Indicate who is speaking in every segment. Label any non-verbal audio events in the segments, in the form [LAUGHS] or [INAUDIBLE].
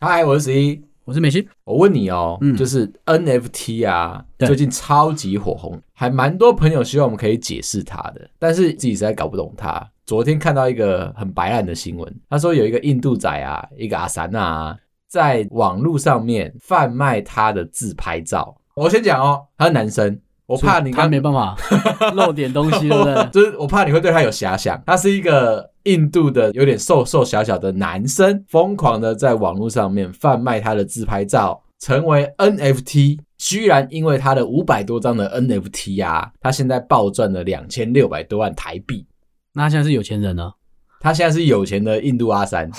Speaker 1: 嗨，我是十一。
Speaker 2: 我是美心，
Speaker 1: 我问你哦，
Speaker 2: 嗯
Speaker 1: 就是 NFT 啊，
Speaker 2: 对
Speaker 1: 最近超级火红，还蛮多朋友希望我们可以解释它的，但是自己实在搞不懂它。昨天看到一个很白烂的新闻，他说有一个印度仔啊，一个阿三纳啊，在网络上面贩卖他的自拍照。我先讲哦，他是男生，我怕你哦
Speaker 2: 他
Speaker 1: 刚？
Speaker 2: 没办法露点东西，对不对
Speaker 1: [LAUGHS] 就是我怕你会对他有遐想，他是一个印度的有点瘦瘦小小的男生，疯狂的在网络上面贩卖他的自拍照，成为 NFT。居然因为他的五百多张的 NFT 啊，他现在暴赚了两千六百多万台币。
Speaker 2: 那他现在是有钱人啊了，
Speaker 1: 他现在是有钱的印度阿三，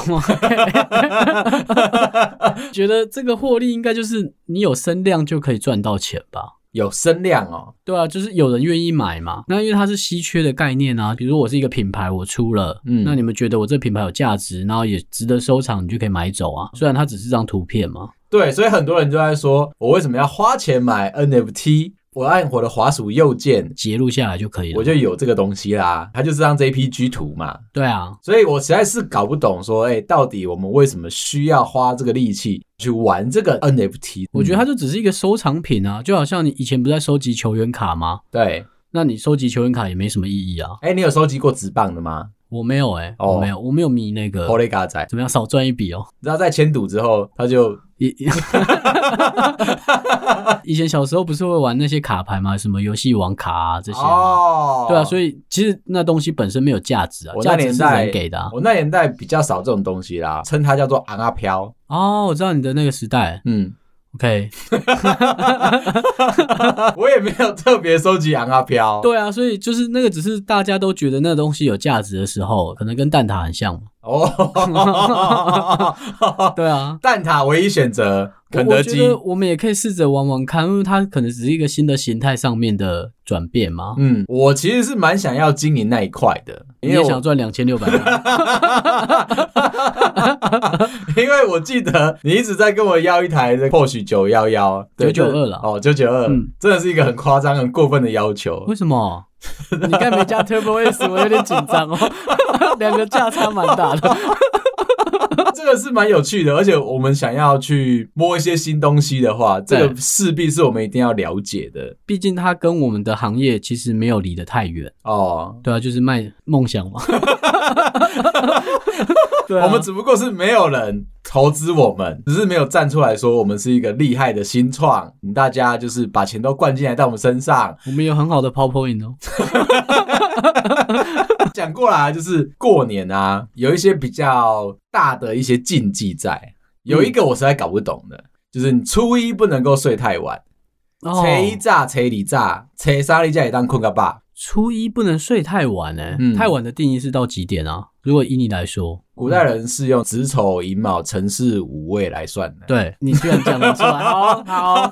Speaker 2: 觉得这个获利应该就是你有声量就可以赚到钱吧？
Speaker 1: [LAUGHS] 有声量哦。
Speaker 2: 对啊，就是有人愿意买嘛。那因为它是稀缺的概念啊，比如我是一个品牌，我出了，
Speaker 1: 嗯
Speaker 2: 那你们觉得我这品牌有价值，然后也值得收藏，你就可以买走啊。虽然它只是张图片嘛，
Speaker 1: 对，所以很多人就在说，我为什么要花钱买 NFT？我按我的滑鼠右键，
Speaker 2: 截录下来就可以了。
Speaker 1: 我就有这个东西啦。它就是张 JPG 图嘛，
Speaker 2: 对啊，
Speaker 1: 所以我实在是搞不懂说，哎、到底我们为什么需要花这个力气去玩这个 NFT？
Speaker 2: 我觉得它
Speaker 1: 他
Speaker 2: 就只是一个收藏品啊，就好像你以前不是在收集球员卡吗？
Speaker 1: 对，
Speaker 2: 那你收集球员卡也没什么意义啊。
Speaker 1: 哎、你有收集过直棒的吗
Speaker 2: 我没有哎、
Speaker 1: 哦
Speaker 2: 我没有，我没有迷那个
Speaker 1: p，o l y g a 仔，
Speaker 2: 怎么样少赚一笔哦？
Speaker 1: 然后在签赌之后，他就
Speaker 2: 以 [LAUGHS] 以前小时候不是会玩那些卡牌吗？什么游戏王卡啊这些吗？
Speaker 1: 哦
Speaker 2: 对啊，所以其实那东西本身没有价值啊，
Speaker 1: 我那
Speaker 2: 价值
Speaker 1: 年
Speaker 2: 是
Speaker 1: 代
Speaker 2: 人给的啊。
Speaker 1: 我那年代比较少这种东西啦，称它叫做昂啊飘，
Speaker 2: 哦，我知道你的那个时代
Speaker 1: 嗯， [LAUGHS]
Speaker 2: ，OK，
Speaker 1: 我也没有特别收集昂啊飘，
Speaker 2: 对啊，所以就是那个只是大家都觉得那东西有价值的时候，可能跟蛋挞很像嘛。 [LAUGHS]
Speaker 1: 哦，
Speaker 2: 对啊，
Speaker 1: [LAUGHS] 蛋挞唯一选择肯德基
Speaker 2: 我我觉，得我们也可以试着玩玩看，因为它可能只是一个新的形态上面的转变嘛。嗯
Speaker 1: 嗯，我其实是蛮想要经营那一块的，
Speaker 2: 你
Speaker 1: 因为
Speaker 2: 也
Speaker 1: 我
Speaker 2: 想赚两千六百万？
Speaker 1: [LAUGHS] 因为我记得你一直在跟我要一台的 Porsche 九幺幺
Speaker 2: 992啦
Speaker 1: 哦，九九二
Speaker 2: 嗯，
Speaker 1: 真的是一个很夸张、很过分的要求
Speaker 2: 为。什么？ [LAUGHS] 你刚没 [LAUGHS] 加 Turbo S，我有点紧张 [LAUGHS] 哦，两个价差蛮大的。
Speaker 1: [LAUGHS] 这个是蛮有趣的，而且我们想要去摸一些新东西的话，这
Speaker 2: 对
Speaker 1: 个势必是我们一定要了解的
Speaker 2: [LAUGHS] 毕竟它跟我们的行业其实没有离得太远，
Speaker 1: 哦。
Speaker 2: 对啊，就是卖梦想嘛。 [LAUGHS] 对啊，
Speaker 1: 我们只不过是没有人投资我们，只是没有站出来说我们是一个厉害的新创，大家就是把钱都灌进来到我们身上，
Speaker 2: 我们有很好的 PowerPoint [LAUGHS] 哦。
Speaker 1: 讲过啦，就是过年啊，有一些比较大的一些禁忌在。有一个我实在搞不懂的，就是你初一不能够睡太晚，
Speaker 2: 嗯哦，
Speaker 1: 初一炸、初二炸、初三你家也当困个爸。
Speaker 2: 初一不能睡太晚呢、
Speaker 1: 嗯
Speaker 2: 太晚的定义是到几点啊？如果以你来说，
Speaker 1: 古代人是用子丑寅卯辰巳午未来算的。
Speaker 2: 对你居然讲得出来， [LAUGHS] 好好，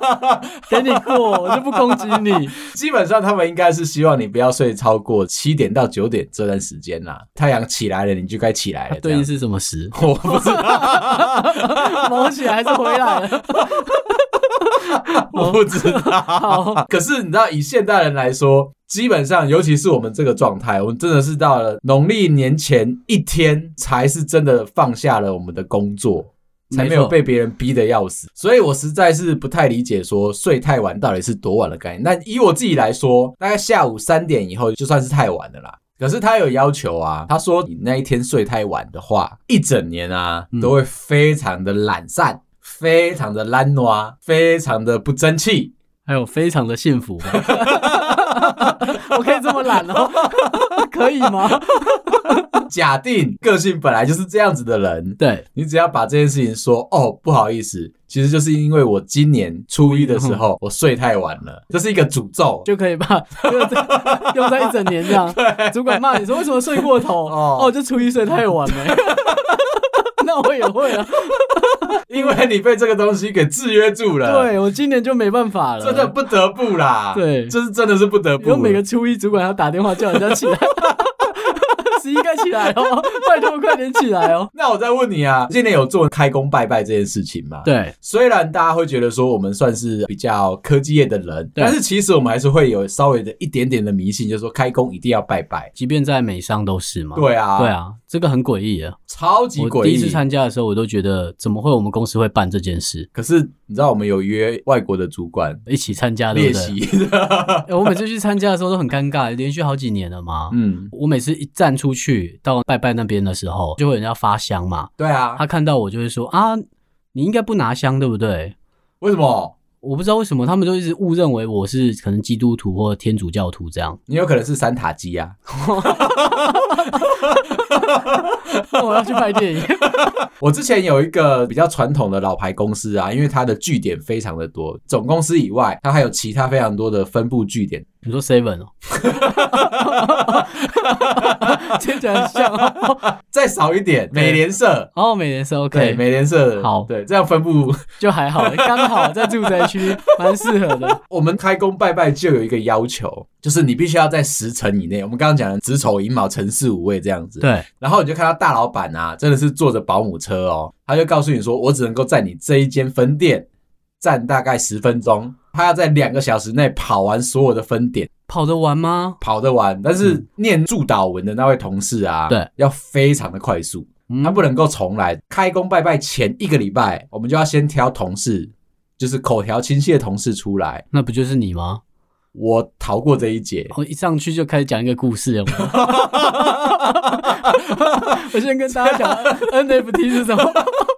Speaker 2: 给你过，我就不攻击 [LAUGHS] 你。
Speaker 1: 基本上他们应该是希望你不要睡超过七点到九点这段时间啦。太阳起来了，你就该起来了。这
Speaker 2: 啊对
Speaker 1: 样 [LAUGHS]
Speaker 2: 应是什么 [LAUGHS] 时？
Speaker 1: 我不知道， [LAUGHS]
Speaker 2: 毛起来还是回来了？ [LAUGHS]
Speaker 1: 我不知道。可是你知道，以现代人来说，基本上，尤其是我们这个状态，我们真的是到了农历年前一天，才是真的放下了我们的工作，才没有
Speaker 2: 错
Speaker 1: 被别人逼得要死。所以我实在是不太理解，说睡太晚到底是多晚的概念。那以我自己来说，大概下午三点以后就算是太晚的啦。可是他有要求啊，他说你那一天睡太晚的话，一整年啊
Speaker 2: 嗯
Speaker 1: 都会非常的懒散，非常的懒惰，啊非常的不争气。
Speaker 2: 还有非常的幸福。我可以这么懒 [LAUGHS] 哦？可以吗？
Speaker 1: 假定个性本来就是这样子的人，
Speaker 2: 对，
Speaker 1: 你只要把这件事情说哦，不好意思，其实就是因为我今年初一的时候我睡太晚了，这是一个诅咒。
Speaker 2: 就可以把用 [LAUGHS] 在用在一整年这样。主管骂你说为什么睡过头？
Speaker 1: 哦
Speaker 2: 哦，就初一睡太晚 [LAUGHS] 了。那我也会啊，
Speaker 1: 因为你被这个东西给制约住了，，
Speaker 2: 对我今年就没办法了。
Speaker 1: 真的不得不啦，
Speaker 2: 对
Speaker 1: 这是真的是不得
Speaker 2: 以后
Speaker 1: 不。
Speaker 2: 每个初一主管要打电话叫人家起来，十一该起来哦，拜托快点起来哦。
Speaker 1: 那我再问你啊，今年有做开工拜拜这件事情吗？
Speaker 2: 对，
Speaker 1: 虽然大家会觉得说我们算是比较科技业的人，
Speaker 2: 对
Speaker 1: 但是其实我们还是会有稍微的一点点的迷信，就是说开工一定要拜拜。
Speaker 2: 即便在美商都是嘛。
Speaker 1: 对啊，
Speaker 2: 对，啊，这个很诡异啊！
Speaker 1: 超级
Speaker 2: 我
Speaker 1: 诡
Speaker 2: 第一次
Speaker 1: 异。
Speaker 2: 参加的时候，我都觉得怎么会我们公司会办这件事？
Speaker 1: 可是你知道我们有约外国的主管
Speaker 2: 一起参加啊对
Speaker 1: 练
Speaker 2: 不对？
Speaker 1: 习，
Speaker 2: 欸我每次去参加的时候都很尴尬，连续好几年了嘛。
Speaker 1: [LAUGHS] 嗯，
Speaker 2: 我每次一站出去到拜拜那边的时候，就会有人要发香嘛，
Speaker 1: 对啊，
Speaker 2: 他看到我就会说啊，你应该不拿香对不对？
Speaker 1: 为什么？，
Speaker 2: 我不知道为什么他们就一直误认为我是可能基督徒或天主教徒这样 [LAUGHS]
Speaker 1: 你有可能是三塔基啊！
Speaker 2: 我要去拍电影。
Speaker 1: 我之前有一个比较传统的老牌公司啊，因为它的据点非常的多，总公司以外，它还有其他非常多的分布据点。
Speaker 2: [LAUGHS] 你说 Seven 哦， [LAUGHS] 听起来很像哦。 [LAUGHS]
Speaker 1: 再少一点，美联社，
Speaker 2: 哦，美联社
Speaker 1: 对，
Speaker 2: OK，
Speaker 1: 美联社，
Speaker 2: 好
Speaker 1: 对，这样分布 [LAUGHS]
Speaker 2: 就还好，刚好在住宅区，蛮适合的。
Speaker 1: 我们开工拜拜就有一个要求，就是你必须要在十成以内。我们刚刚讲的子丑寅卯辰巳午未这样子。。
Speaker 2: [LAUGHS] 对，
Speaker 1: 然后你就看到大老板啊，真的是坐着保姆车哦，他就告诉你说，我只能够在你这一间分店站大概十分钟，他要在两个小时内跑完所有的分点，
Speaker 2: 跑得完吗？
Speaker 1: 跑得完。但是念祝祷文的那位同事啊，
Speaker 2: 嗯对，
Speaker 1: 要非常的快速，
Speaker 2: 嗯
Speaker 1: 他不能够重来。开工拜拜前一个礼拜，我们就要先挑同事，就是口条清晰的同事出来。
Speaker 2: 那不就是你吗？
Speaker 1: 我逃过这一
Speaker 2: [LAUGHS]
Speaker 1: 劫。
Speaker 2: 我一上去就开始讲一个故事 [LAUGHS] 了。我先跟大家讲 NFT 是什么，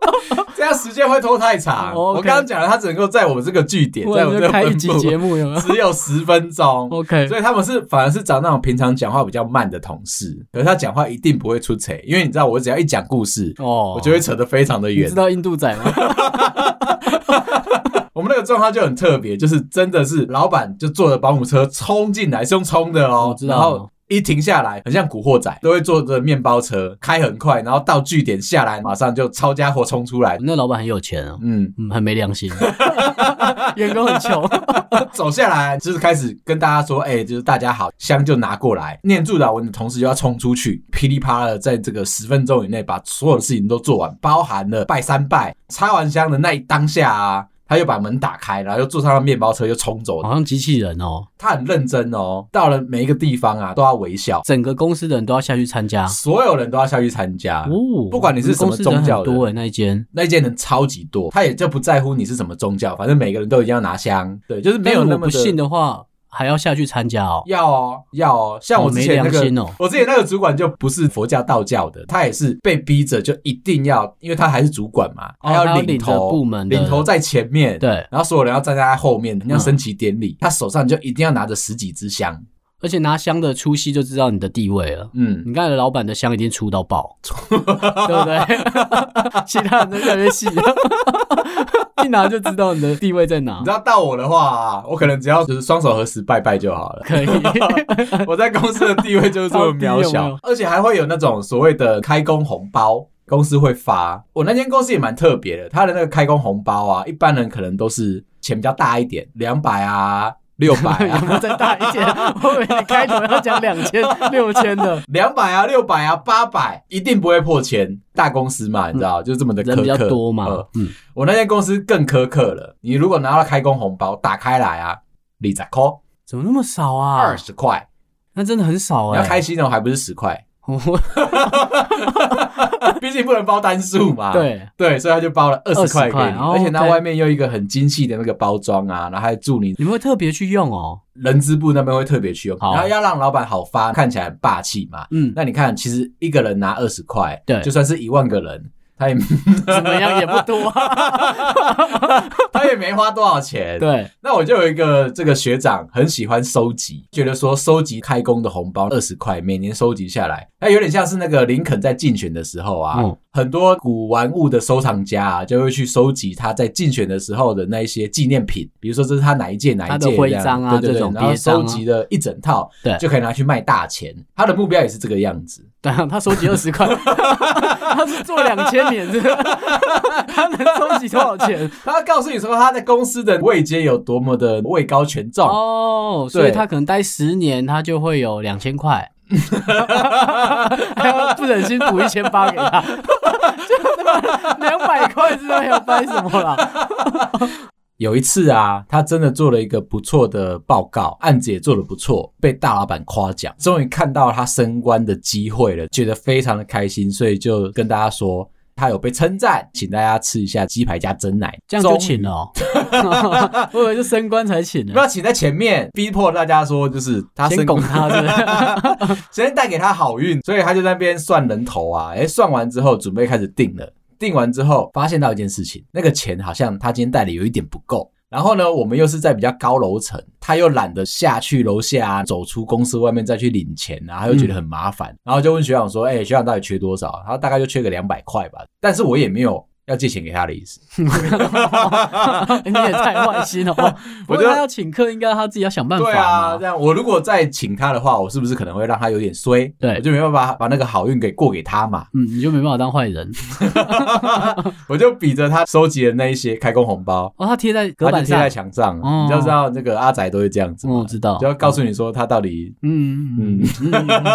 Speaker 2: [LAUGHS]
Speaker 1: 这样时间会拖太长。
Speaker 2: 哦，OK
Speaker 1: 我刚刚讲了，他只能够在我们这个据点，
Speaker 2: 我
Speaker 1: 在我们这
Speaker 2: 就
Speaker 1: 个
Speaker 2: 开一
Speaker 1: 分
Speaker 2: 集
Speaker 1: 部
Speaker 2: 节目有没有
Speaker 1: 只有十分钟。
Speaker 2: [LAUGHS] ？OK，
Speaker 1: 所以他们是反而是找那种平常讲话比较慢的同事，可是他讲话一定不会出错，因为你知道我只要一讲故事，
Speaker 2: 哦，
Speaker 1: 我就会扯得非常的
Speaker 2: 你
Speaker 1: 远
Speaker 2: 知。道印度仔吗？
Speaker 1: 我们那个状况就很特别，就是真的是老板就坐着保姆车冲进来，是用冲的哦，
Speaker 2: 我知道
Speaker 1: 然后一停下来，很像古惑仔，都会坐着面包车开很快，然后到据点下来，马上就抄家伙冲出来。
Speaker 2: [LAUGHS] 那老板很有钱啊，
Speaker 1: 嗯，
Speaker 2: 嗯，很没良 [LAUGHS] 心，员工很穷。
Speaker 1: 走下来就是开始跟大家说，哎、就是大家好，香就拿过来，念祝祷文的同时就要冲出去，噼里啪啦的在这个十分钟以内把所有的事情都做完，包含了拜三拜，插完香的那一当下啊。他又把门打开，然后又坐上了面包车，又冲走了。
Speaker 2: 好像机器人哦，
Speaker 1: 他很认真哦，到了每一个地方啊，都要微笑，
Speaker 2: 整个公司的人都要下去参加
Speaker 1: 所有人都要下去参加。
Speaker 2: 哦
Speaker 1: 不管你是什么
Speaker 2: 公司人很
Speaker 1: 宗教的
Speaker 2: 多哎，那一间
Speaker 1: 那一间人超级多，他也就不在乎你是什么宗教，反正每个人都一定要拿香。对，就是没有
Speaker 2: 但是
Speaker 1: 那
Speaker 2: 我
Speaker 1: 么
Speaker 2: 不信的话，还要下去参加哦。
Speaker 1: 要哦，要哦，像我之前那
Speaker 2: 哦
Speaker 1: 个，
Speaker 2: 没良心哦
Speaker 1: 我之前那个主管就不是佛教道教的，他也是被逼着就一定要，因为他还是主管嘛，
Speaker 2: 哦
Speaker 1: 要
Speaker 2: 他要
Speaker 1: 领
Speaker 2: 领
Speaker 1: 头
Speaker 2: 着部门的
Speaker 1: 领头在前面，，
Speaker 2: 对，嗯
Speaker 1: 然后所有人要站在他后面，很像升旗典礼，他手上就一定要拿着十几支香，
Speaker 2: 而且拿香的出息就知道你的地位了。
Speaker 1: 嗯，
Speaker 2: 你看老板的香已经出
Speaker 1: [LAUGHS]
Speaker 2: 到爆，对不对？ [LAUGHS] 其他人都在那边洗，一拿就知道你的地位在哪
Speaker 1: 你知。道到我的话、啊，我可能只要就是双手合十拜拜就好了。[LAUGHS]
Speaker 2: 可以，
Speaker 1: 我在公司的地位就是这么渺
Speaker 2: [LAUGHS] 超低有没
Speaker 1: 小
Speaker 2: 有，
Speaker 1: 而且还会有那种所谓的开工红包，公司会发。我那间公司也蛮特别的，它的那个开工红包啊，一般人可能都是钱比较大一点，两百啊、六百
Speaker 2: [LAUGHS] 有
Speaker 1: 啊、
Speaker 2: 没有再大一点？我以为你开头要讲两千、六千的，
Speaker 1: [LAUGHS] 两百啊、六百啊、八百，一定不会破千。大公司嘛，你知道，就这么的苛刻。
Speaker 2: 嗯人比较多嘛
Speaker 1: 呃。
Speaker 2: 嗯，
Speaker 1: 我那间公司更苛刻了，你如果拿到开工红包，打开来啊，你十块、
Speaker 2: 怎么那么少啊
Speaker 1: 二？十块，
Speaker 2: 那真的很少
Speaker 1: 你要
Speaker 2: 哎。
Speaker 1: 开心哦，还不是十
Speaker 2: [LAUGHS]
Speaker 1: 块。
Speaker 2: 我
Speaker 1: 毕竟不能包单数嘛。
Speaker 2: [LAUGHS] 对，
Speaker 1: 对，所以他就包了二十块给你，
Speaker 2: 20块哦
Speaker 1: 而且它
Speaker 2: OK
Speaker 1: 外面又一个很精细的那个包装啊，然后还祝你
Speaker 2: 你们会特别去用哦。
Speaker 1: 人资部那边会特别去用，
Speaker 2: 好
Speaker 1: 然后要让老板好发，看起来很霸气嘛。[LAUGHS]
Speaker 2: 嗯，
Speaker 1: 那你看，其实一个人拿二十块，
Speaker 2: 对
Speaker 1: 就算是一万个人，他也 [LAUGHS]
Speaker 2: 怎么样也不多啊。
Speaker 1: 他也没花多少钱。，
Speaker 2: 对，
Speaker 1: 那我就有一个这个学长很喜欢收集，觉得说收集开工的红包二十块，每年收集下来，那有点像是那个林肯在竞选的时候啊，
Speaker 2: 嗯
Speaker 1: 很多古玩物的收藏家啊，就会去收集他在竞选的时候的那一些纪念品，比如说这是他哪一届哪一届
Speaker 2: 他的徽章啊
Speaker 1: 这样对对对
Speaker 2: 这种
Speaker 1: 然后
Speaker 2: 别章啊
Speaker 1: 收集了一整套，
Speaker 2: 对
Speaker 1: 就可以拿去卖大钱。他的目标也是这个样子，
Speaker 2: 对啊，他收集二十块， [LAUGHS] 他是做两千年 [LAUGHS] 的，他能收集多少钱？
Speaker 1: 他告诉你说他在公司的位阶有多么的位高权重，
Speaker 2: 哦哦，所以他可能待十年，他就会有两千块。还要不忍心补一千八给他，就他妈两百块知道要掰什么啦？
Speaker 1: 有一次啊，他真的做了一个不错的报告，案子也做得不错，被大老板夸奖，终于看到他升官的机会了，觉得非常的开心，所以就跟大家说他有被称赞，请大家吃一下鸡排加蒸奶，
Speaker 2: 这样就
Speaker 1: 终于
Speaker 2: 请了、哦，我以为就升官才请
Speaker 1: 不
Speaker 2: 呢，
Speaker 1: 要请在前面，逼迫大家说就是他
Speaker 2: 先
Speaker 1: 升
Speaker 2: 拱他是不
Speaker 1: [LAUGHS]
Speaker 2: 是？
Speaker 1: 先带给他好运，所以他就在那边算人头啊，哎，算完之后准备开始定了，定完之后发现到一件事情，那个钱好像他今天带的有一点不够。然后呢，我们又是在比较高楼层，他又懒得下去楼下、啊，走出公司外面再去领钱啊，他又觉得很麻烦，然后就问学长说：“哎、学长到底缺多少？”他大概就缺个两百块吧，但是我也没有要借钱给他的意思。
Speaker 2: 你也太坏心了吧！
Speaker 1: 我
Speaker 2: 我
Speaker 1: 就
Speaker 2: 觉得他要请客，应该他自己要想办法
Speaker 1: 对啊，
Speaker 2: 嘛
Speaker 1: 这。样我如果再请他的话，我是不是可能会让他有点衰？
Speaker 2: 对
Speaker 1: 我就没办法把那个好运给过给他嘛。
Speaker 2: 嗯，你就没办法当坏人
Speaker 1: 我就比着他收集的那一些开工红包，
Speaker 2: 哦。他贴在
Speaker 1: 他
Speaker 2: 隔
Speaker 1: 就
Speaker 2: 板
Speaker 1: 贴
Speaker 2: 上
Speaker 1: 在，墙上，
Speaker 2: 哦
Speaker 1: 你就知道那个阿仔都会这样子
Speaker 2: 嗯，
Speaker 1: 嘛，
Speaker 2: 我知道。
Speaker 1: 就要告诉你说他到底。
Speaker 2: 嗯嗯嗯，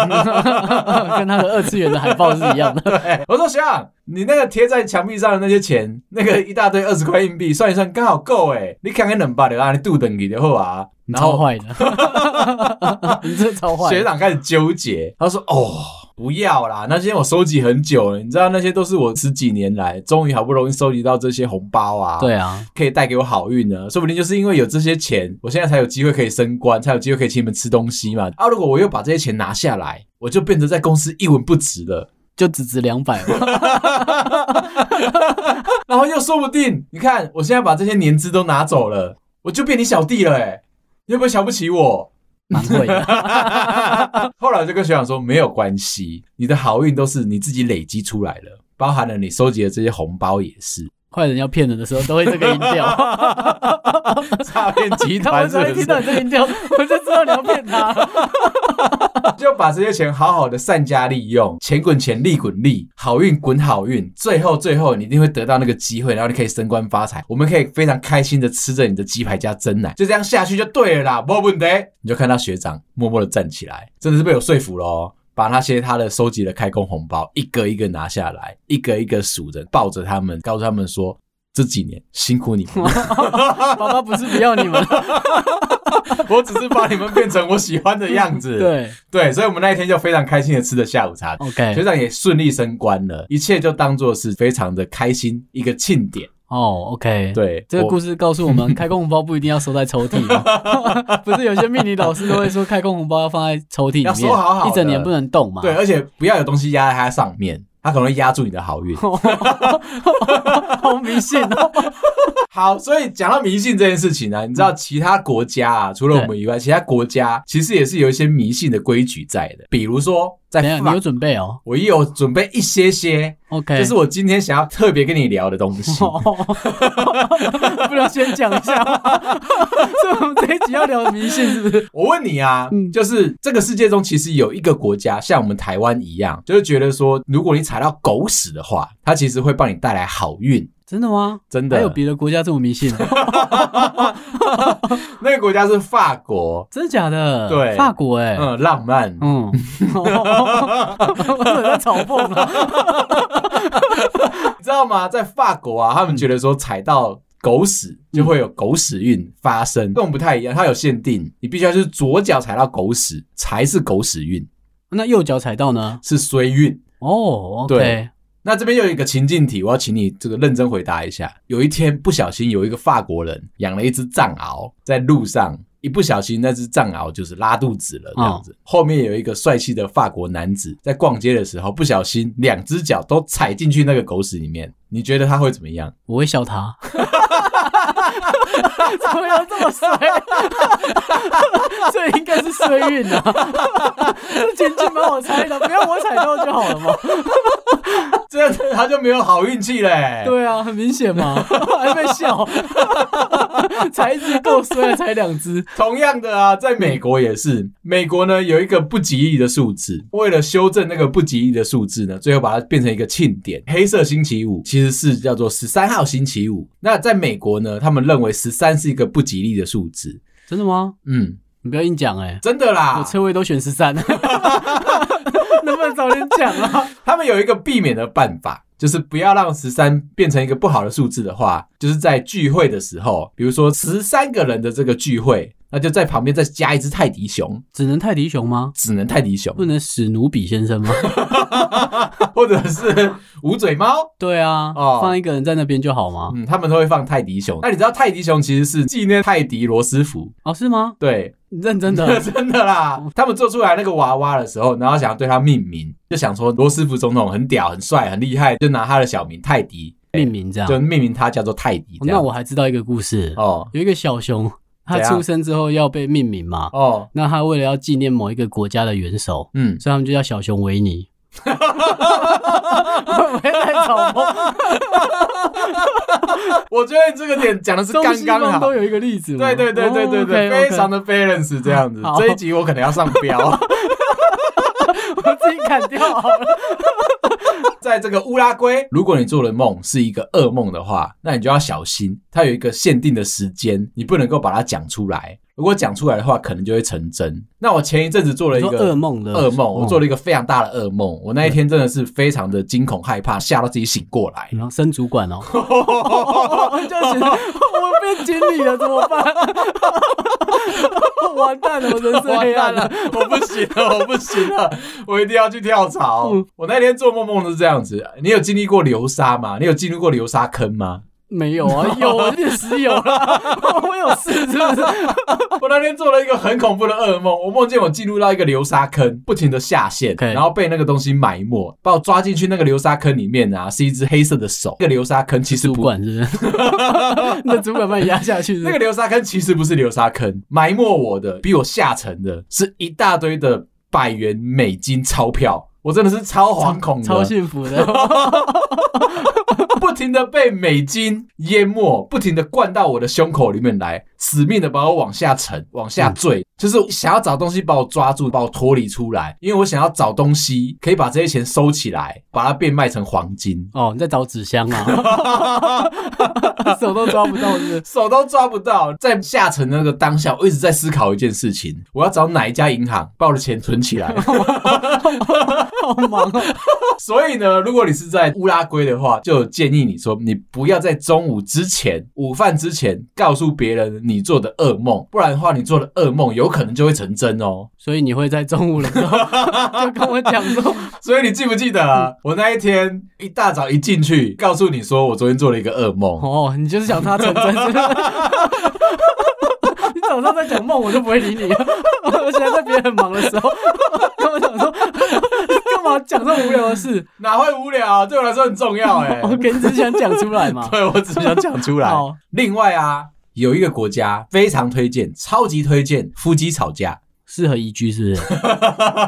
Speaker 2: [LAUGHS] 跟他的二次元的海报是一样 [LAUGHS] 的。
Speaker 1: 哎，我说学长，你那个贴在墙壁上的那些钱，那个一大堆二十块硬币，算一算刚好够哎，你看看能把的啊，你肚等你的后啊，
Speaker 2: 你
Speaker 1: 然
Speaker 2: 超
Speaker 1: 后
Speaker 2: 坏的， [LAUGHS] 你这超坏
Speaker 1: 学
Speaker 2: 的。
Speaker 1: 长开始纠结，他说哦。不要啦！那些我收集很久了，你知道那些都是我十几年来终于好不容易收集到这些红包啊，
Speaker 2: 对啊，
Speaker 1: 可以带给我好运呢？说不定就是因为有这些钱，我现在才有机会可以升官，才有机会可以请你们吃东西嘛。啊，如果我又把这些钱拿下来，我就变成在公司一文不值了。 [LAUGHS]
Speaker 2: 就只值两百嘛。
Speaker 1: 然后又说不定，你看我现在把这些年资都拿走了，我就变你小弟了、欸，你会不会瞧不起我？
Speaker 2: 蛮会的。 [LAUGHS]
Speaker 1: 后来我就跟学长说，没有关系，你的好运都是你自己累积出来的，包含了你收集的这些红包也是。 [LAUGHS]
Speaker 2: 坏人要骗人的时候都会这个音 [LAUGHS] 调，
Speaker 1: 诈骗集
Speaker 2: 他
Speaker 1: 团
Speaker 2: 们
Speaker 1: 是
Speaker 2: 只会
Speaker 1: 不
Speaker 2: 听
Speaker 1: 是？
Speaker 2: 到你这个音调， [LAUGHS] 我就知道你要骗他。
Speaker 1: 就把这些钱好好的善加利用，钱滚钱，利滚利，好运滚好运，最后最后你一定会得到那个机会，然后你可以升官发财，我们可以非常开心的吃着你的鸡排加蒸奶，就这样下去就对了啦，没问题。你就看到学长默默的站起来，真的是被我说服喽。把那些他的收集的开工红包一个一个拿下来，一个一个数着，抱着他们，告诉他们说这几年辛苦你 [LAUGHS] 们，
Speaker 2: [LAUGHS] 爸爸不是不要你们，
Speaker 1: 我只是把你们变成我喜欢的样子。
Speaker 2: [LAUGHS] [LAUGHS] 对
Speaker 1: 对，所以我们那一天就非常开心的吃着下午茶，学
Speaker 2: ，OK，
Speaker 1: 长也顺利升官了，一切就当做是非常的开心一个庆典。
Speaker 2: 哦，OK，
Speaker 1: 对，
Speaker 2: 这个故
Speaker 1: 事
Speaker 2: 事告诉我们， [LAUGHS] 开工红包不一定要收在抽屉吗？ [LAUGHS] 不是有些命理老师都会说，开工红包要放在抽屉里面，
Speaker 1: 要收好好的
Speaker 2: 一整年不能动嘛。
Speaker 1: 对，，而且不要有东西压在它上面，它可能会压住你的好运。
Speaker 2: 哦好迷信哦。
Speaker 1: [LAUGHS] 好，所以讲到迷信这件事情呢、啊你知
Speaker 2: 嗯
Speaker 1: 道其他国家啊，除了我们以外，其他国家其实也是有一些迷信的规矩在的，比如说在
Speaker 2: [LAUGHS] 等一下，你
Speaker 1: 法
Speaker 2: 有准备哦
Speaker 1: 我也有准备一些些，
Speaker 2: ？OK，
Speaker 1: 这是我今天想要特别跟你聊的东西。
Speaker 2: [LAUGHS] 哦不能先讲
Speaker 1: [LAUGHS]
Speaker 2: 一下吗？所以我们这一集要聊迷信是不是？
Speaker 1: 我问你啊，
Speaker 2: 嗯
Speaker 1: 就是这个世界中其实有一个国家像我们台湾一样，就是觉得说，如果你踩到狗屎的话，它其实会帮你带来好运。
Speaker 2: 真的吗？
Speaker 1: 真
Speaker 2: 还有
Speaker 1: 的，
Speaker 2: 别的国家这么迷信吗？
Speaker 1: 那个国家是法国，
Speaker 2: 真的假的？
Speaker 1: 对
Speaker 2: 法国哎，
Speaker 1: 嗯，浪漫。
Speaker 2: 嗯，
Speaker 1: [LAUGHS]
Speaker 2: 我怎么在嘲讽了？
Speaker 1: 啊你知道吗？在法国啊，他们觉得说踩到狗屎
Speaker 2: 嗯
Speaker 1: 就会有狗屎运发生，跟我们不太一样，它有限定，你必须要就是左脚踩到狗屎才是狗屎运，
Speaker 2: [LAUGHS] 那右脚踩到呢？
Speaker 1: 是衰运。
Speaker 2: 哦
Speaker 1: 对
Speaker 2: ，OK，
Speaker 1: 那这边又有一个情境题，我要请你这个认真回答一下。有一天不小心有一个法国人养了一只藏獒，在路上一不小心那只藏獒就是拉肚子了，这样子。后面有一个帅气的法国男子在逛街的时候不小心两只脚都踩进去那个狗屎里面，你觉得他会怎么样？
Speaker 2: 我会笑 [LAUGHS] 他。怎么要这么衰？ [LAUGHS] 这应该是衰运啊！这简直帮我猜的，不要我踩到就好了嘛。
Speaker 1: 这样子他就没有好运气嘞。
Speaker 2: 对啊，很明显嘛，还被笑。踩一只够衰了，踩两只。
Speaker 1: 同样的啊，在美国也是，美国呢有一个不吉利的数字，为了修正那个不吉利的数字呢，最后把它变成一个庆典。黑色星期五其实是叫做十三号星期五。那在美国呢，他们认为十三是一个不吉利的数字。
Speaker 2: 真的吗？
Speaker 1: 嗯，
Speaker 2: 你不要硬讲哎、
Speaker 1: 真的啦
Speaker 2: 我，车位都选十三， [LAUGHS] 能不能早点讲啊？
Speaker 1: 他们有一个避免的办法，就是不要让十三变成一个不好的数字的话，就是在聚会的时候，比如说十三个人的这个聚会，那就在旁边再加一只泰迪熊，
Speaker 2: 只能泰迪熊吗？
Speaker 1: 只能泰迪熊，
Speaker 2: 不能史努比先生吗？
Speaker 1: 或者是捂嘴猫。
Speaker 2: 对啊，
Speaker 1: 哦
Speaker 2: 放一个人在那边就好吗？
Speaker 1: 嗯，他们都会放泰迪熊。那你知道泰迪熊其实是纪念泰迪罗斯福，
Speaker 2: 哦，是吗？
Speaker 1: 对，
Speaker 2: 认真的，
Speaker 1: 真的啦。他们做出来那个娃娃的时候，然后想要对它命名，就想说罗斯福总统很屌、很帅、很厉害，就拿他的小名泰迪，
Speaker 2: 命名这样。
Speaker 1: 就命名他叫做泰迪
Speaker 2: 哦
Speaker 1: 这样。
Speaker 2: 那我还知道一个故事，
Speaker 1: 哦
Speaker 2: 有一个小熊，它
Speaker 1: 怎样
Speaker 2: 出生之后要被命名嘛。
Speaker 1: 哦，
Speaker 2: 那它为了要纪念某一个国家的元首，
Speaker 1: 嗯，
Speaker 2: 所以他们就叫小熊维
Speaker 1: [LAUGHS]
Speaker 2: 尼。我也在草梦，
Speaker 1: 我觉得你这个点讲的是
Speaker 2: 中
Speaker 1: 刚
Speaker 2: 西
Speaker 1: 刚
Speaker 2: 方
Speaker 1: 好
Speaker 2: 都。有一个例子嘛。
Speaker 1: 对
Speaker 2: 哦
Speaker 1: 对对对对对，非常
Speaker 2: 的，
Speaker 1: 的 balance 这样子。
Speaker 2: 好
Speaker 1: 这一集我可能要上标，
Speaker 2: 我自己砍掉好了。
Speaker 1: 在这个乌拉圭，如果你做的梦是一个噩梦的话，那你就要小心，它有一个限定的时间，你不能够把它讲出来。如果讲出来的话，可能就会成真。那我前一阵子做了
Speaker 2: 你
Speaker 1: 一
Speaker 2: 说
Speaker 1: 个
Speaker 2: 噩梦哦
Speaker 1: 噩
Speaker 2: 的
Speaker 1: 梦，我做
Speaker 2: 了，
Speaker 1: 了一个非常大的噩梦。我那一天真的是非常的惊恐害怕，吓到自己醒过来。
Speaker 2: 然后升主管哦，就是 [LAUGHS] 我变经理了怎
Speaker 1: [LAUGHS]
Speaker 2: 么办？完蛋了，我人生
Speaker 1: [LAUGHS] 完
Speaker 2: 黑
Speaker 1: 蛋
Speaker 2: 暗
Speaker 1: 了。， [LAUGHS] 我不行了，我不行了，我一定要去跳槽。
Speaker 2: 嗯
Speaker 1: 我那天做梦梦都是这样子。你有经历过流沙吗？你有经历过流沙坑吗？
Speaker 2: 没
Speaker 1: [LAUGHS]
Speaker 2: 有啊，有我确实有啦， [LAUGHS] 我有事是不是？
Speaker 1: [LAUGHS] 我那天做了一个很恐怖的噩梦，我梦见我进入到一个流沙坑，不停的下陷
Speaker 2: OK
Speaker 1: 然后被那个东西埋没，把我抓进去那个流沙坑里面啊，是一只黑色的手。那个流沙坑其实
Speaker 2: [LAUGHS] 主
Speaker 1: 不。
Speaker 2: 管是不是？ [LAUGHS] 那主管把你压下去是不
Speaker 1: 那
Speaker 2: 是
Speaker 1: 个流沙坑其实不是流沙坑，埋没我的、比我下沉的是一大堆的百元美金钞票，我真的是超惶恐的，
Speaker 2: 超幸福的，
Speaker 1: [LAUGHS] 不停的被美金淹没，不停的灌到我的胸口里面来，死命的把我往下沉、往下坠，就是想要找东西把我抓住，把我脱离出来，因为我想要找东西可以把这些钱收起来，把它变卖成黄金。
Speaker 2: 哦，你在找纸箱啊？ [LAUGHS] 手都抓不到是不是？
Speaker 1: 手都抓不到，在下沉的那个当下，我一直在思考一件事情：我要找哪一家银行把我的钱存起来？
Speaker 2: [LAUGHS] 好忙哦！
Speaker 1: 所以呢，如果你是在乌拉圭的话，就建议你说，你不要在中午之前、午饭之前告诉别人你做的噩梦，不然的话，你做的噩梦有可能就会成真哦。
Speaker 2: 所以你会在中午的时 [LAUGHS] 候就跟我讲说，
Speaker 1: 所以你记不记得、
Speaker 2: 嗯
Speaker 1: 啊，我那一天一大早一进去，告诉你说我昨天做了一个噩梦。
Speaker 2: 哦，你就是想他成真是不是？ [LAUGHS] 你早上在讲梦，我就不会理你了。我现在在别人很忙的时候，跟我讲说， [LAUGHS] 干嘛讲这么无聊的事？
Speaker 1: 哪会无聊、啊对我来说很重要
Speaker 2: [LAUGHS]
Speaker 1: 哎、
Speaker 2: 我跟你只是想讲出来嘛。
Speaker 1: [LAUGHS] 对我只想讲出来。
Speaker 2: 好
Speaker 1: 另外啊，有一个国家非常推荐，超级推荐夫妻吵架。 [LAUGHS]
Speaker 2: 适合宜居是不是？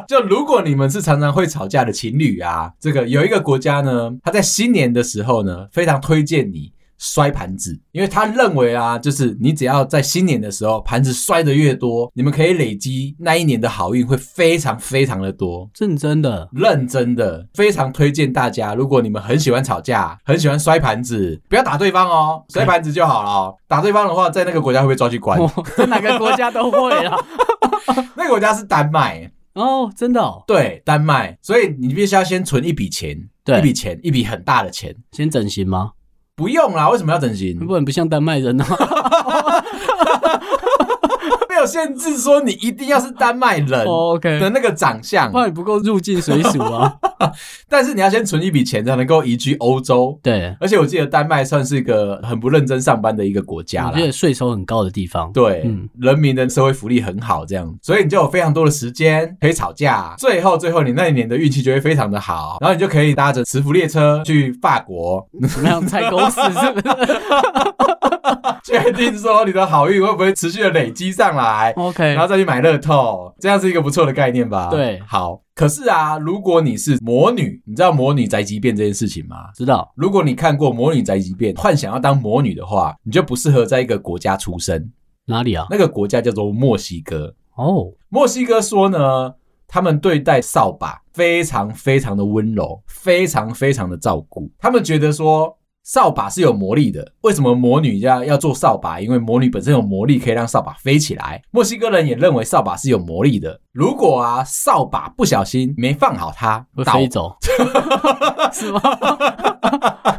Speaker 1: 就如果你们是常常会吵架的情侣啊，这个有一个国家呢，他在新年的时候呢，非常推荐你摔盘子，因为他认为啊，就是你只要在新年的时候盘子摔得越多，你们可以累积那一年的好运会非常非常的多。
Speaker 2: 认真
Speaker 1: [LAUGHS]
Speaker 2: 的，
Speaker 1: 认真的，非常推荐大家，如果你们很喜欢吵架，很喜欢摔盘子，不要打对方哦，摔盘子就好了哦。打对方的话，在那个国家会被抓去
Speaker 2: [LAUGHS]
Speaker 1: 关。
Speaker 2: 我在哪个国家都会啦。
Speaker 1: [LAUGHS] 那个国家是丹麦，
Speaker 2: 哦，真的哦，
Speaker 1: 对，丹麦，所以你必须要先存一笔钱，
Speaker 2: 对
Speaker 1: 一笔钱，一笔很大的钱。
Speaker 2: 先整形吗？
Speaker 1: 不用啦，为什么要整形？
Speaker 2: 不然不像丹麦
Speaker 1: [LAUGHS]
Speaker 2: 人哦。
Speaker 1: 没有限制说你一定要是丹麦人的
Speaker 2: 哦 [LAUGHS] OK，
Speaker 1: 那个长相
Speaker 2: 不，然你不够入境随俗
Speaker 1: [LAUGHS]
Speaker 2: 啊。
Speaker 1: 但是你要先存一笔钱才能够移居欧洲。
Speaker 2: 对，
Speaker 1: 而且我记得丹麦算是一个很不认真上班的一个国家
Speaker 2: 我
Speaker 1: 啦
Speaker 2: 觉，得税收很高的地方。
Speaker 1: 对，
Speaker 2: 嗯
Speaker 1: 人民的社会福利很好，这样，所以你就有非常多的时间可以吵架。最后，最后你那一年的运气就会非常的好，然后你就可以搭着磁浮列车去法国，
Speaker 2: 怎么样，踩狗屎是
Speaker 1: [LAUGHS]
Speaker 2: 不是
Speaker 1: 确定说你的好运会不会持续的累积上来。
Speaker 2: 哦？OK，
Speaker 1: 然后再去买乐透，这样是一个不错的概念吧？
Speaker 2: 对
Speaker 1: 好。可是啊，如果你是魔女，你知道魔女宅急便这件事情吗？
Speaker 2: 知道
Speaker 1: 如果你看过《魔女宅急便》，幻想要当魔女的话，你就不适合在一个国家出生。
Speaker 2: 哪里啊？
Speaker 1: 那个国家叫做墨西哥。
Speaker 2: 哦，
Speaker 1: 墨西哥说呢，他们对待扫把非常非常的温柔，非常非常的照顾。他们觉得说，扫把是有魔力的，为什么魔女要要做扫把？因为魔女本身有魔力，可以让扫把飞起来。墨西哥人也认为扫把是有魔力的。如果啊，扫把不小心没放好它，
Speaker 2: 会
Speaker 1: 倒
Speaker 2: 飞走，是吗？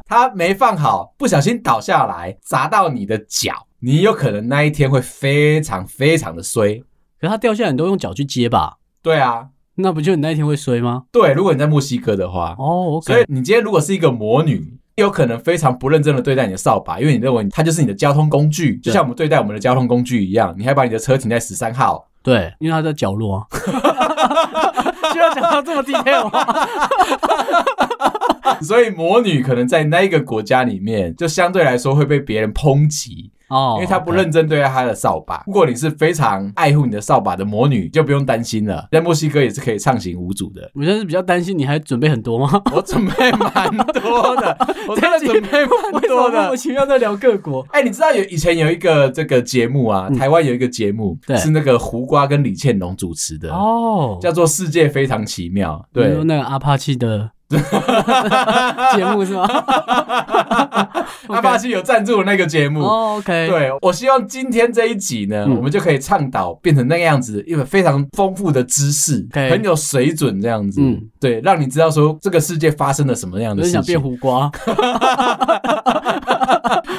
Speaker 1: 它没放好，不小心倒下来砸到你的脚，你有可能那一天会非常非常的衰。
Speaker 2: 可是它掉下来，你都用脚去接吧？
Speaker 1: 对啊，
Speaker 2: 那不就你那一天会衰吗？
Speaker 1: 对，如果你在墨西哥的话，
Speaker 2: 哦
Speaker 1: 所以
Speaker 2: ，OK，
Speaker 1: 你今天如果是一个魔女，有可能非常不认真的对待你的扫把，因为你认为它就是你的交通工具，就像我们对待我们的交通工具一样，你还把你的车停在十三 [LAUGHS] 号。
Speaker 2: 对，因为它在角落
Speaker 1: [LAUGHS]
Speaker 2: 啊。需要讲到这么 detail
Speaker 1: 啊
Speaker 2: 吗？
Speaker 1: 所以魔女可能在那一个国家里面，就相对来说会被别人抨击，
Speaker 2: [LAUGHS] 哦，
Speaker 1: 因为她不认真对待她的扫把。如果你是非常爱护你的扫把的魔女，就不用担心了，在墨西哥也是可以畅行无阻 [LAUGHS] 的。
Speaker 2: 我现在是比较担心，你还准备很多吗？
Speaker 1: 我准备蛮多的，我真的准备 [LAUGHS] 蛮
Speaker 2: 为什
Speaker 1: 多
Speaker 2: 么
Speaker 1: 的
Speaker 2: 莫。名其妙在聊各国？
Speaker 1: 哎、你知道有以前有一个这个节目啊，台湾有一个节目
Speaker 2: 嗯对
Speaker 1: 是那个胡瓜跟李倩龙主持的，
Speaker 2: 哦，
Speaker 1: 叫做《世界非常奇妙》。
Speaker 2: 你
Speaker 1: 对
Speaker 2: 说，那个阿帕
Speaker 1: [LAUGHS]
Speaker 2: 奇的节目是吗？
Speaker 1: 阿帕奇有赞助那个节目。
Speaker 2: [LAUGHS] 哦，OK，，
Speaker 1: 对，我希望今天这一集呢，
Speaker 2: 嗯
Speaker 1: 我们就可以倡导变成那个样子，因为非常丰富的知识
Speaker 2: OK
Speaker 1: 很有水准这样子。
Speaker 2: 嗯
Speaker 1: 对，让你知道说这个世界发生了什么样
Speaker 2: 有
Speaker 1: 的
Speaker 2: 人
Speaker 1: 事
Speaker 2: 想变
Speaker 1: 情。
Speaker 2: 胡瓜，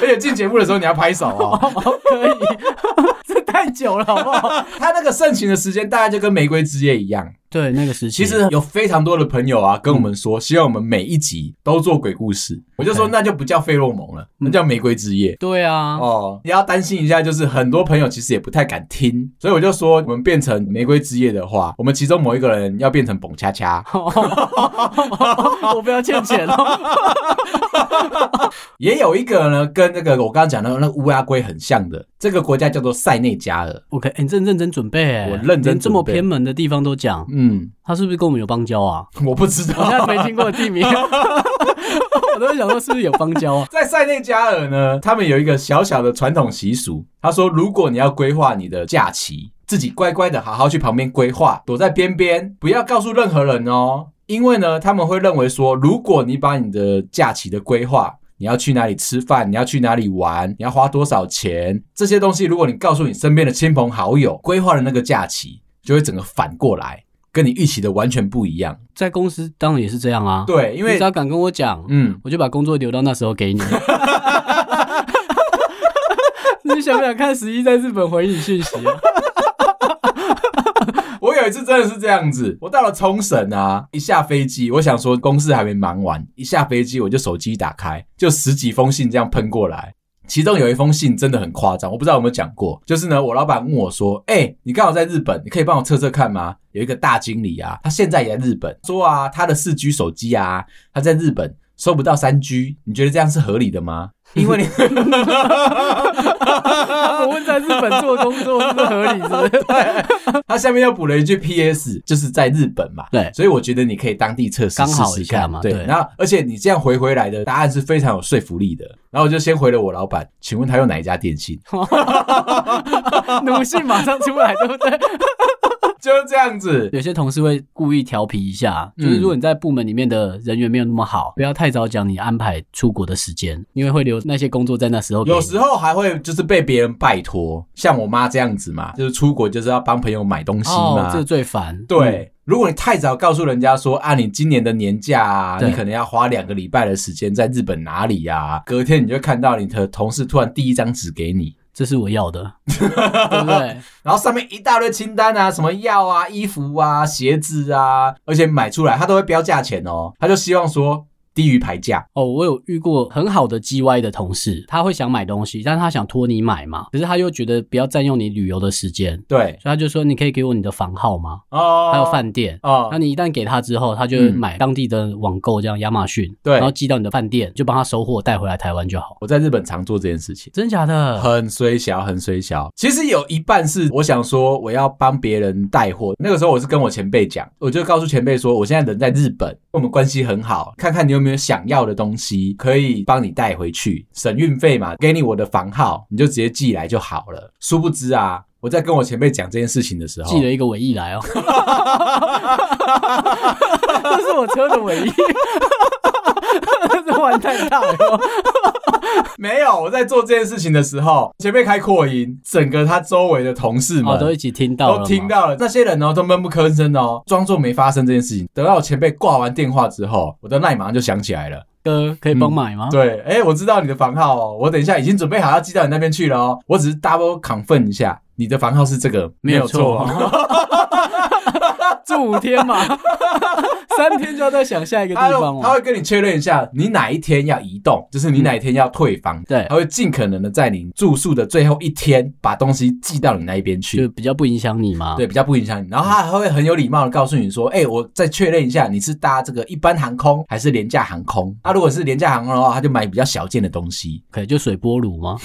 Speaker 1: 而且进节目的时候你要拍手
Speaker 2: [LAUGHS]
Speaker 1: 哦。
Speaker 2: 可以，这太久了，好不好？
Speaker 1: 他那个盛情的时间大概就跟玫瑰之夜一样。
Speaker 2: 对，那个时期，
Speaker 1: 其实有非常多的朋友啊，跟我们说，希望我们每一集都做鬼故事。我就说，那就不叫费洛蒙
Speaker 2: 嗯
Speaker 1: 了，那叫玫瑰之夜。
Speaker 2: 对啊，
Speaker 1: 哦，你要担心一下，就是很多朋友其实也不太敢听，所以我就说，我们变成玫瑰之夜的话，我们其中某一个人要变成蹦恰
Speaker 2: [LAUGHS]
Speaker 1: 恰，
Speaker 2: 我不要欠钱哦。
Speaker 1: 也有一个呢，跟那个我刚刚讲的那个乌鸦龟很像的，这个国家叫做塞内加尔。
Speaker 2: [LAUGHS] OK，欸你真的认真准备欸，
Speaker 1: 我认真
Speaker 2: 连这么
Speaker 1: 准备
Speaker 2: 偏门的地方都讲，
Speaker 1: 嗯，
Speaker 2: 他是不是跟我们有邦交 [LAUGHS] 啊？
Speaker 1: 我不知
Speaker 2: 我现
Speaker 1: 道。
Speaker 2: 在没听过地 [LAUGHS] 名，我都会想说是不是有邦交啊？
Speaker 1: 在塞内加尔呢，他们有一个小小的传统习俗，他说，如果你要规划你的假期，自己乖乖的好好去旁边规划，躲在边边，不要告诉任何人哦。因为呢，他们会认为说，如果你把你的假期的规划，你要去哪里吃饭，你要去哪里玩，你要花多少钱，这些东西，如果你告诉你身边的亲朋好友规划的那个假期，就会整个反过来，跟你预期的完全不一样。
Speaker 2: 在公司当然也是这样啊，
Speaker 1: 对，因
Speaker 2: 你
Speaker 1: 为
Speaker 2: 只要敢跟我讲，
Speaker 1: 嗯，
Speaker 2: 我就把工作留到那时候给你。 [LAUGHS] 你想不想看十一在日本回你讯息啊？
Speaker 1: [LAUGHS] 我有一次真的是这样子，我到了冲绳啊，一下飞机，我想说公事还没忙完，一下飞机我就手机打开，就十几封信这样喷过来。其中有一封信真的很夸张，我不知道有没有讲过。就是呢，我老板问我说：“哎、你刚好在日本，你可以帮我测测看吗？”有一个大经理啊，他现在也在日本，说啊，他的四 G 手机啊，他在日本收不到三 G，你觉得这样是合理的吗？因为你
Speaker 2: 我问在日本做工作是不是合理？是不是？
Speaker 1: 他下面又补了一句 P.S.，就是在日本嘛，
Speaker 2: 对
Speaker 1: 所以我觉得你可以当地测试
Speaker 2: 刚好
Speaker 1: 试
Speaker 2: 一
Speaker 1: 试看
Speaker 2: 下嘛
Speaker 1: 对。
Speaker 2: 对
Speaker 1: 然后，而且你这样回回来的答案是非常有说服力的。然后我就先回了我老板，请问他用哪一家电
Speaker 2: [LAUGHS]
Speaker 1: 信？
Speaker 2: 奴性马上出来，对不对？
Speaker 1: 就是这样子，
Speaker 2: 有些同事会故意调皮一下，啊
Speaker 1: 嗯
Speaker 2: 就是如果你在部门里面的人缘没有那么好，不要太早讲你安排出国的时间，因为会留那些工作在那时候给你。
Speaker 1: 有时候还会就是被别人拜托，像我妈这样子嘛，就是出国就是要帮朋友买东西
Speaker 2: 哦
Speaker 1: 嘛，，
Speaker 2: 这个最烦。嗯
Speaker 1: 对。如果你太早告诉人家说啊，你今年的年假啊，
Speaker 2: 对
Speaker 1: 你可能要花两个礼拜的时间在日本哪里呀、隔天你就看到你的同事突然递一张纸给你，
Speaker 2: 这是我要的，对不对？
Speaker 1: 然后上面一大堆清单啊，什么药啊、衣服啊、鞋子啊，而且买出来他都会标价钱哦，他就希望说低于牌价。
Speaker 2: 哦，我有遇过很好的 G Y 的同事，他会想买东西，但是他想托你买嘛，可是他又觉得不要占用你旅游的时间，
Speaker 1: 对
Speaker 2: 所以他就说你可以给我你的房号吗？
Speaker 1: 哦，
Speaker 2: 还有饭店。
Speaker 1: 哦
Speaker 2: 那，你一旦给他之后，他就
Speaker 1: 嗯
Speaker 2: 买当地的网购，这样亚马逊，
Speaker 1: 对
Speaker 2: 然后寄到你的饭店，就帮他收货带回来台湾就好。
Speaker 1: 我在日本常做这件事情。
Speaker 2: 真假的？
Speaker 1: 很虽小，很虽小。其实有一半是我想说，我要帮别人带货。那个时候我是跟我前辈讲，我就告诉前辈说，我现在人在日本，我们关系很好，看看你有没有想要的东西，可以帮你带回去，省运费嘛，给你我的房号，你就直接寄来就好了。殊不知啊，我在跟我前辈讲这件事情的时候，
Speaker 2: 寄了一个尾翼来哦， [LAUGHS] 这是我车的尾翼。 [LAUGHS] 这玩太大了。
Speaker 1: 没有，我在做这件事情的时候，前面开扩音，整个他周围的同事们、
Speaker 2: 哦，都一起听到了
Speaker 1: 都
Speaker 2: 吗，
Speaker 1: 听到了，那些人哦都闷不吭声哦，装作没发生这件事情。等到我前辈挂完电话之后，我的赖马上就响起来了。
Speaker 2: 歌可以帮买吗？
Speaker 1: 对，哎、我知道你的房号哦，我等一下已经准备好要寄到你那边去了哦。我只是 double confirm 一下，你的房号是这个，没有错哦。
Speaker 2: [LAUGHS] 哦。住五天 [LAUGHS] 嘛，三天就要再想下一
Speaker 1: [LAUGHS]
Speaker 2: 个
Speaker 1: 他
Speaker 2: 地
Speaker 1: 会
Speaker 2: 方哦
Speaker 1: 他
Speaker 2: 嘛。
Speaker 1: 会跟你确认一下，你哪一天要移动，就是你哪一天要退房，
Speaker 2: 对
Speaker 1: 他会尽可能的在你住宿的最后一天把东西寄到你那一边去，
Speaker 2: 就比较不影响你嘛。
Speaker 1: 对，，比较不影响你。然后他还会很有礼貌的告诉你说：“哎、我再确认一下，你是搭这个一般航空还是廉价航空？啊，如果是廉价航空的话，他就买比较小件的东
Speaker 2: [LAUGHS]
Speaker 1: 西。
Speaker 2: 可以就水波炉 [LAUGHS] 吗？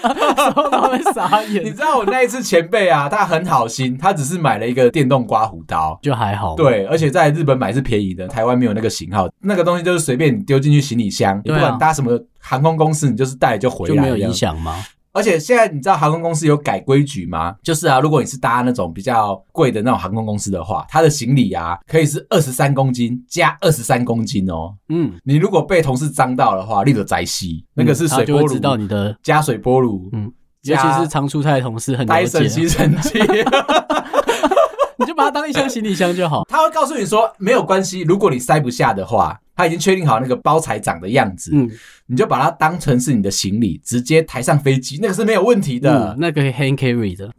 Speaker 2: 他们傻
Speaker 1: 你
Speaker 2: 眼，
Speaker 1: 知道我那一次前辈啊，他很好心，他只是买了一个电动刮胡刀。
Speaker 2: 就还好。，
Speaker 1: 对，而且在日本买是便宜的，台湾没有那个型号，那个东西就是随便你丢进去行李箱，你
Speaker 2: 对啊
Speaker 1: 不管搭什么航空公司，你就是带就回
Speaker 2: 就
Speaker 1: 来，
Speaker 2: 没有影。响吗？
Speaker 1: 而且现在你知道航空公司有改规矩吗？就是啊，如果你是搭那种比较贵的那种航空公司的话，它的行李啊可以是二十三公斤加二十三公斤哦。
Speaker 2: 嗯，
Speaker 1: 你如果被同事脏到的话，立了宅西，那个是
Speaker 2: 嗯他
Speaker 1: 水
Speaker 2: 就
Speaker 1: 波
Speaker 2: 会
Speaker 1: 炉
Speaker 2: 知道你的，
Speaker 1: 加水波炉，
Speaker 2: 嗯尤
Speaker 1: 加
Speaker 2: 其是常出差的同事很了
Speaker 1: 呆
Speaker 2: 解啊
Speaker 1: 神，吸尘器。 [LAUGHS]
Speaker 2: 你就把它当一箱行李箱就好。
Speaker 1: 他会告诉你说没有关系，如果你塞不下的话，他已经确定好那个包材长的样子，
Speaker 2: 嗯，
Speaker 1: 你就把它当成是你的行李，直接抬上飞机，那个是没有问题
Speaker 2: 嗯
Speaker 1: 的。
Speaker 2: 那个 hand carry 的，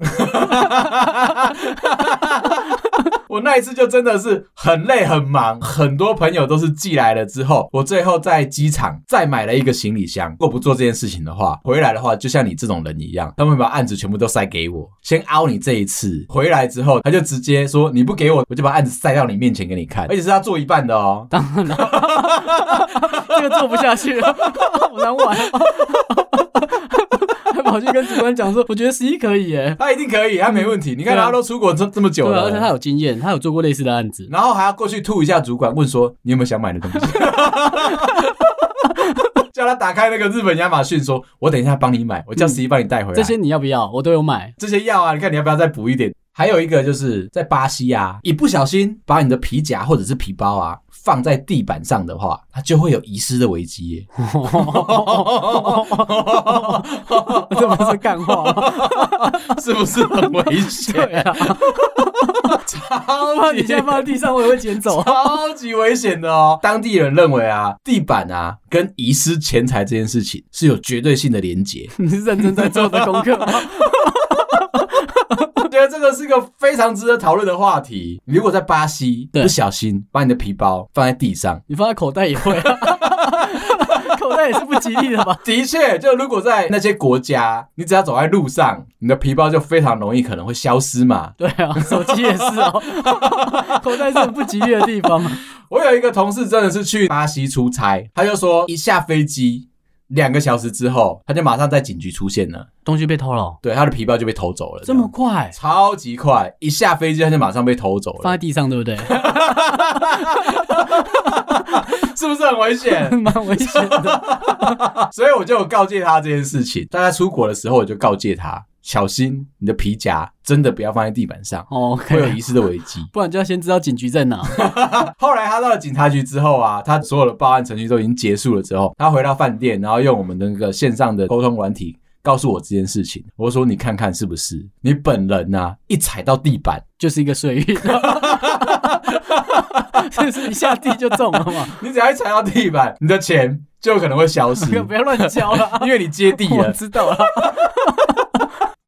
Speaker 1: 我那一次就真的是很累很忙，很多朋友都是寄来了之后，我最后在机场再买了一个行李箱。如果不做这件事情的话，回来的话就像你这种人一样，他们把案子全部都塞给我，先凹你这一次，回来之后他就直接说你不给我，我就把案子塞到你面前给你看，而且是他做一半的哦。
Speaker 2: [LAUGHS] 这个做不下去 [LAUGHS] 了，好难玩哦。还跑去跟主管讲说，我觉得十一可以耶。
Speaker 1: 他一定可以，他没问题。你看
Speaker 2: 对啊
Speaker 1: 他都出国这这么久
Speaker 2: 对啊，
Speaker 1: 了，
Speaker 2: 而且他有经验，他有做过类似的案子。
Speaker 1: 然后还要过去吐一下主管，问说你有没有想买的东西， [LAUGHS] 叫他打开那个日本亚马逊，说我等一下帮你买，我叫
Speaker 2: 嗯
Speaker 1: 十一帮你带回来。
Speaker 2: 这些你要不要？我都有
Speaker 1: [LAUGHS]
Speaker 2: 买。
Speaker 1: 这些药啊，你看你要不要再补一点？还有一个就是在巴西啊，一不小心把你的皮夹或者是皮包啊放在地板上的话，它就会有遗失的危机耶。
Speaker 2: 这不是干话
Speaker 1: [LAUGHS]
Speaker 2: [LAUGHS] 吗？
Speaker 1: [LAUGHS] 是不是很危险？
Speaker 2: 对啊，
Speaker 1: [LAUGHS] 超
Speaker 2: 放
Speaker 1: 级
Speaker 2: 你现在放在地上，我也会
Speaker 1: [LAUGHS]
Speaker 2: 捡走。
Speaker 1: 超级危险的哦！当地人认为啊，地板啊跟遗失钱财这件事情是有绝对性的连结，
Speaker 2: 你是认真在做的功课吗？
Speaker 1: 我觉得这个是一个非常值得讨论的话题。如果在巴西
Speaker 2: 对
Speaker 1: 不小心把你的皮包放在地上，
Speaker 2: 你放在口袋也会 [LAUGHS] 啊，口袋也是不吉利的吧？
Speaker 1: 的确，就如果在那些国家，你只要走在路上，你的皮包就非常容易可能会消失嘛。
Speaker 2: 对啊，手机也是哦， [LAUGHS] 口袋是很不吉利的地方。啊
Speaker 1: 我有一个同事真的是去巴西出差，他就说一下飞机两个小时之后，他就马上在警局出现了，
Speaker 2: 东西被偷了，哦
Speaker 1: 对，他啊的皮包就被偷走了。
Speaker 2: 这么快？
Speaker 1: 超级快，一下飞机他就马上被偷走
Speaker 2: 放
Speaker 1: 了
Speaker 2: 在，地上对不对？？
Speaker 1: 是不是很危险
Speaker 2: [LAUGHS] 蛮危险
Speaker 1: [LAUGHS]
Speaker 2: 的。
Speaker 1: 所以我就有告诫他这件事情。大家出国的时候，我就告诫他小心你的皮夹真的不要放在地板上，
Speaker 2: 哦
Speaker 1: 会有
Speaker 2: ，OK，
Speaker 1: 遗失的危机。 [LAUGHS]
Speaker 2: 不然就要先知道警局在哪。
Speaker 1: 后来他到了警察局之后啊，他所有的报案程序都已经结束了之后，他回到饭店，然后用我们的那个线上的沟通软体。告诉我这件事情，我说你看看是不是你本人呐、一踩到地板，
Speaker 2: 就是一个
Speaker 1: [LAUGHS]
Speaker 2: 水域， [LAUGHS] 就是一下地就中了嘛，
Speaker 1: 你只要一踩到地板，你的钱就有可能会消 [LAUGHS]
Speaker 2: [LAUGHS]
Speaker 1: 失，
Speaker 2: 不要乱教 [LAUGHS] 啦。
Speaker 1: 因为你接地
Speaker 2: 我
Speaker 1: 了。
Speaker 2: 知道了，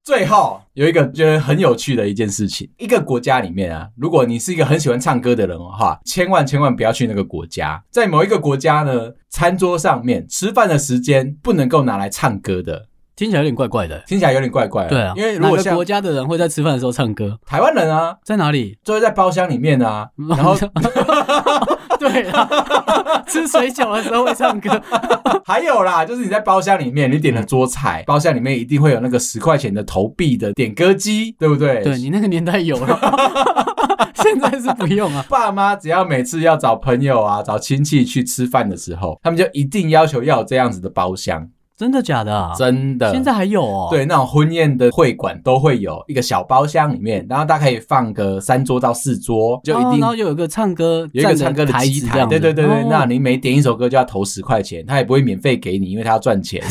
Speaker 1: 最后有一个觉得很有趣的一件事情，一个国家里面啊，如果你是一个很喜欢唱歌的人的话，千万千万不要去那个国家。在某一个国家呢，餐桌上面吃饭的时间不能够拿来唱歌的，
Speaker 2: 听起来有点怪怪的。
Speaker 1: 听起来有点怪怪的。
Speaker 2: 对啊，
Speaker 1: 因为如果
Speaker 2: 哪个
Speaker 1: 像
Speaker 2: 国家的人会在吃饭的时候唱歌，
Speaker 1: 台湾人啊，
Speaker 2: 在哪里？
Speaker 1: 就会在包厢里面啊，
Speaker 2: [LAUGHS]
Speaker 1: 然后
Speaker 2: 对啦，
Speaker 1: [LAUGHS]
Speaker 2: 吃水饺的时候会唱歌，
Speaker 1: 还有啦，就是你在包厢里面，你点了桌菜，包厢里面一定会有那个十块钱的投币的点歌机，对不对？
Speaker 2: 对你那个年代有了， [LAUGHS] 现在是不用啊。
Speaker 1: 爸妈只要每次要找朋友啊、找亲戚去吃饭的时候，他们就一定要求要有这样子的包厢。
Speaker 2: 真的假的啊？
Speaker 1: 真的。
Speaker 2: 现在还有哦。，
Speaker 1: 对那种婚宴的会馆都会有一个小包厢，里面然后大概可以放个三桌到四桌，就一定
Speaker 2: 哦然后有一个唱歌，
Speaker 1: 有一个唱歌的
Speaker 2: 台
Speaker 1: 机
Speaker 2: 子这样子
Speaker 1: 对对对对，
Speaker 2: 哦
Speaker 1: 那你每点一首歌就要投十块钱，他也不会免费给你，因为他要赚
Speaker 2: [LAUGHS]
Speaker 1: 钱。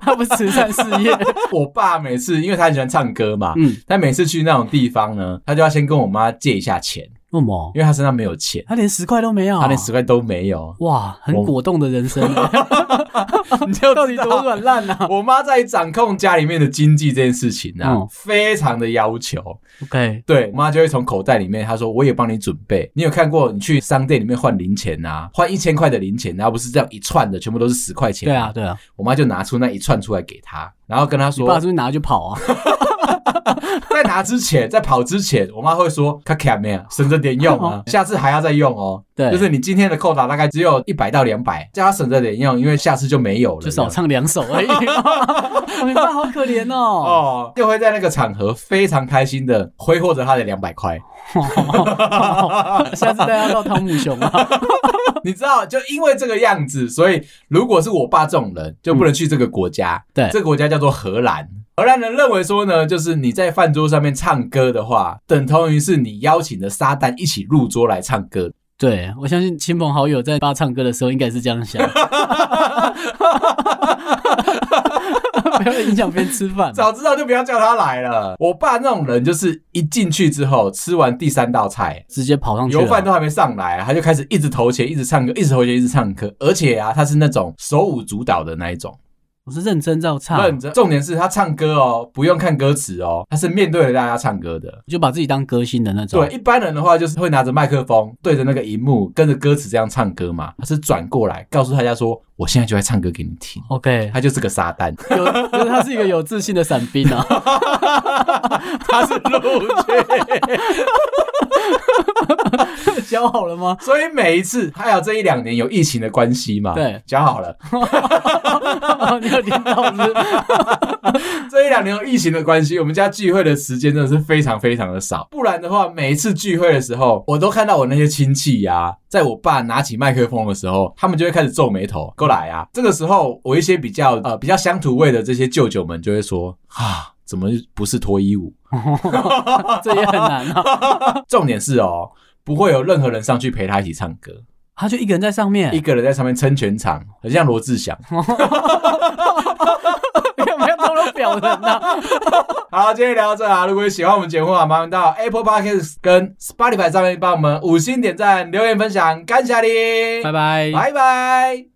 Speaker 2: 他不慈善事
Speaker 1: [LAUGHS]
Speaker 2: 业，
Speaker 1: 我爸每次因为他很喜欢唱歌嘛，
Speaker 2: 嗯，
Speaker 1: 他每次去那种地方呢，他就要先跟我妈借一下钱，
Speaker 2: 为什么？
Speaker 1: 因为他身上没有钱，
Speaker 2: 他连十块都没有，啊
Speaker 1: 他连十块都没有。
Speaker 2: 哇，很
Speaker 1: 我
Speaker 2: 果冻的人生，
Speaker 1: [LAUGHS] 你就
Speaker 2: 到底
Speaker 1: 知道
Speaker 2: 多软烂啊
Speaker 1: [LAUGHS] 我妈在掌控家里面的经济这件事情啊，
Speaker 2: 嗯
Speaker 1: 非常的要求。
Speaker 2: ？OK，
Speaker 1: 对，我妈就会从口袋里面，她说我也帮你准备。你有看过你去商店里面换零钱啊，换一千块的零钱，然后啊不是这样一串的，全部都是十块钱。
Speaker 2: 对啊，，对啊，
Speaker 1: 我妈就拿出那一串出来给她，然后跟她
Speaker 2: 你爸
Speaker 1: 说，
Speaker 2: 是不是拿就跑啊？
Speaker 1: [LAUGHS] 在拿之前，在跑之前，我妈会说，卡卡没有，省着点用
Speaker 2: [LAUGHS]
Speaker 1: 啊，下次还要再用哦。
Speaker 2: 对，
Speaker 1: 就是你今天的扣打大概只有一百到两百，叫她省着点用，因为下次就没有了。
Speaker 2: 就少唱两首
Speaker 1: [LAUGHS]
Speaker 2: 而已。你爸好可怜哦，
Speaker 1: 哦，就会在那个场合非常开心的挥霍着她的两百块。哦
Speaker 2: 下次带他到汤姆熊
Speaker 1: [LAUGHS]
Speaker 2: 啊。
Speaker 1: 你知道，就因为这个样子，所以如果是我爸这种人，就不能去这个国家。
Speaker 2: 对
Speaker 1: 这个国家叫做荷兰。荷兰人认为说呢，就是你在饭桌上面唱歌的话，等同于是你邀请了撒旦一起入桌来唱歌。
Speaker 2: 对，我相信亲朋好友在爸唱歌的时候应该是这样
Speaker 1: [LAUGHS]
Speaker 2: 想。不要影响别人吃饭啊嘛。
Speaker 1: 早知道就不要叫他来了。我爸那种人，就是一进去之后，吃完第三道菜，
Speaker 2: 直接跑上去啊
Speaker 1: 油
Speaker 2: 了。
Speaker 1: 饭都还没上来，啊他就开始一直投钱，一直唱歌，一直投钱，一直唱歌。而且啊，他是那种手舞足蹈的那一种。
Speaker 2: 我是认真照唱，
Speaker 1: 认真，重点是他唱歌哦，不用看歌词哦，他是面对着大家唱歌的。
Speaker 2: 就把自己当歌星的那种。
Speaker 1: 对，，一般人的话就是会拿着麦克风对着那个荧幕，跟着歌词这样唱歌嘛。他是转过来告诉大家说：“我现在就在唱歌给你听。
Speaker 2: OK ”。
Speaker 1: 他就是个撒旦，
Speaker 2: 有，就是他是一个有自信的伞兵啊，
Speaker 1: [LAUGHS]
Speaker 2: [LAUGHS]
Speaker 1: 他是路剧。
Speaker 2: 教好了吗？
Speaker 1: [LAUGHS]
Speaker 2: [LAUGHS]
Speaker 1: 所以每一次，还有这一两年有疫情的关系嘛，
Speaker 2: 对，
Speaker 1: 讲好了，
Speaker 2: 你有听到是不是？
Speaker 1: [LAUGHS] 这一两年有疫情的关系，我们家聚会的时间真的是非常非常的少。不然的话，每一次聚会的时候，我都看到我那些亲戚呀、在我爸拿起麦克风的时候，他们就会开始皱眉头，过来啊。这个时候，我一些比较呃比较乡土味的这些舅舅们就会说啊。怎么不是脱衣舞？
Speaker 2: 这也很难啊。
Speaker 1: 重点是哦，不会有任何人上去陪他一起唱歌，
Speaker 2: 他就一个人在上面，
Speaker 1: 一个人在上面撑全场，很像罗志祥。
Speaker 2: 有 [LAUGHS] 没有透露表人啊？
Speaker 1: 好，今天聊到这啦。如果喜欢我们节目啊，麻烦到 Apple Podcast 跟 Spotify 上面帮我们五星点赞、留言、分享，感谢你，
Speaker 2: 拜拜。
Speaker 1: 拜拜